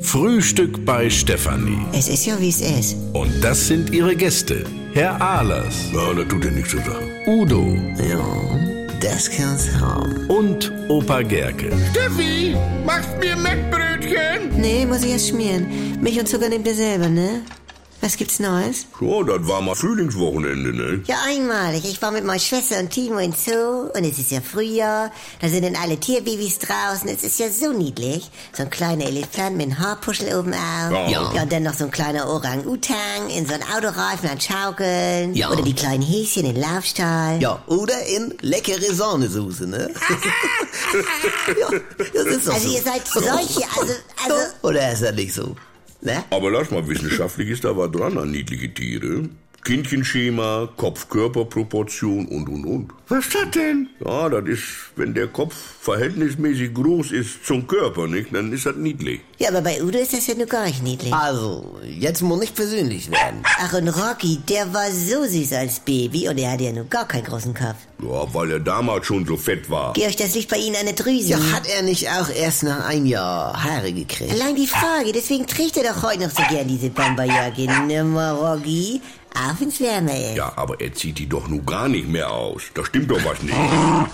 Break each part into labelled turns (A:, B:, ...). A: Frühstück bei Stefanie.
B: Es ist ja, wie es ist.
A: Und das sind ihre Gäste. Herr Ahlers,
C: Ja, das tut dir nichts zu sagen.
A: Udo
B: Ja, das kann's haben.
A: und Opa Gerke.
D: Steffi, machst mir Mettbrötchen?
B: Nee, muss ich erst schmieren. Milch und Zucker nehmt ihr selber, ne? Was gibt's Neues?
C: Ja, das war mal Frühlingswochenende, ne?
B: Ja, einmalig. Ich war mit meiner Schwester und Timo in Zoo und es ist ja Frühjahr. Da sind dann alle Tierbabys draußen. Es ist ja so niedlich. So ein kleiner Elefant mit einem Haarpuschel oben auf.
C: Ja.
B: ja und dann noch so ein kleiner Orang-Utang in so einem Autoreifen an Schaukeln.
E: Ja.
B: Oder die kleinen Häschen in Laufstall.
E: Ja, oder in leckere Sahnesoße, ne? ja, das ist doch
B: Also
E: so.
B: ihr seid solche, also, also...
E: Oder ist das nicht so? Ne?
C: Aber lass mal, wissenschaftlich ist da was dran an niedliche Tiere. Kindchenschema, Kopf-Körper-Proportion und und und.
D: Was ist das denn?
C: Ja, das ist, wenn der Kopf verhältnismäßig groß ist zum Körper, nicht? Dann ist das niedlich.
B: Ja, aber bei Udo ist das ja nur gar nicht niedlich.
E: Also, jetzt muss nicht persönlich werden.
B: Ach, und Rocky, der war so süß als Baby und er hatte ja nun gar keinen großen Kopf.
C: Ja, weil er damals schon so fett war.
B: Georg, das liegt bei Ihnen an der Drüse.
E: Ja, hat er nicht auch erst nach einem Jahr Haare gekriegt?
B: Allein die Frage, deswegen trägt er doch heute noch so gern diese Bomberjacke. Nimmer, Rocky, auch wenn's wärmer ist.
C: Ja, aber er zieht die doch nun gar nicht mehr aus. Da stimmt doch was nicht.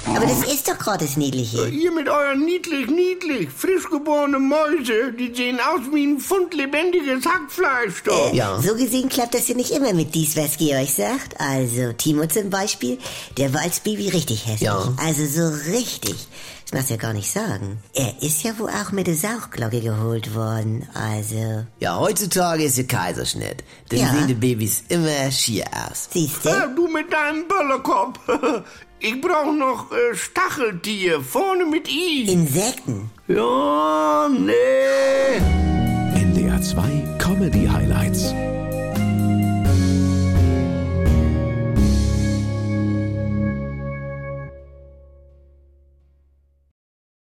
B: Aber das ist doch gerade das Niedliche.
D: Also Ihr mit euren niedlich, niedlich, frischgeborene Mäuse, die sehen aus wie ein Pfund lebendiges Hackfleisch, doch.
E: Äh, Ja.
B: So gesehen klappt das ja nicht immer mit dies, was Georg sagt. Also, Timo zum Beispiel, der war als Baby richtig hässlich.
E: Ja.
B: Also so richtig. Das machst du ja gar nicht sagen. Er ist ja wohl auch mit der Sauchglocke geholt worden. Also,
E: Ja, heutzutage ist der Kaiserschnitt. Dann
B: Ja.
E: sehen die Babys immer schier aus.
B: siehst
D: Ja,
E: Äh.
B: du?
D: Äh, du mit deinem Böllerkopf. Ich brauch noch äh, Stacheltier, vorne mit I.
B: Insekten.
D: Ja, nee.
F: NDR 2 Comedy Highlights.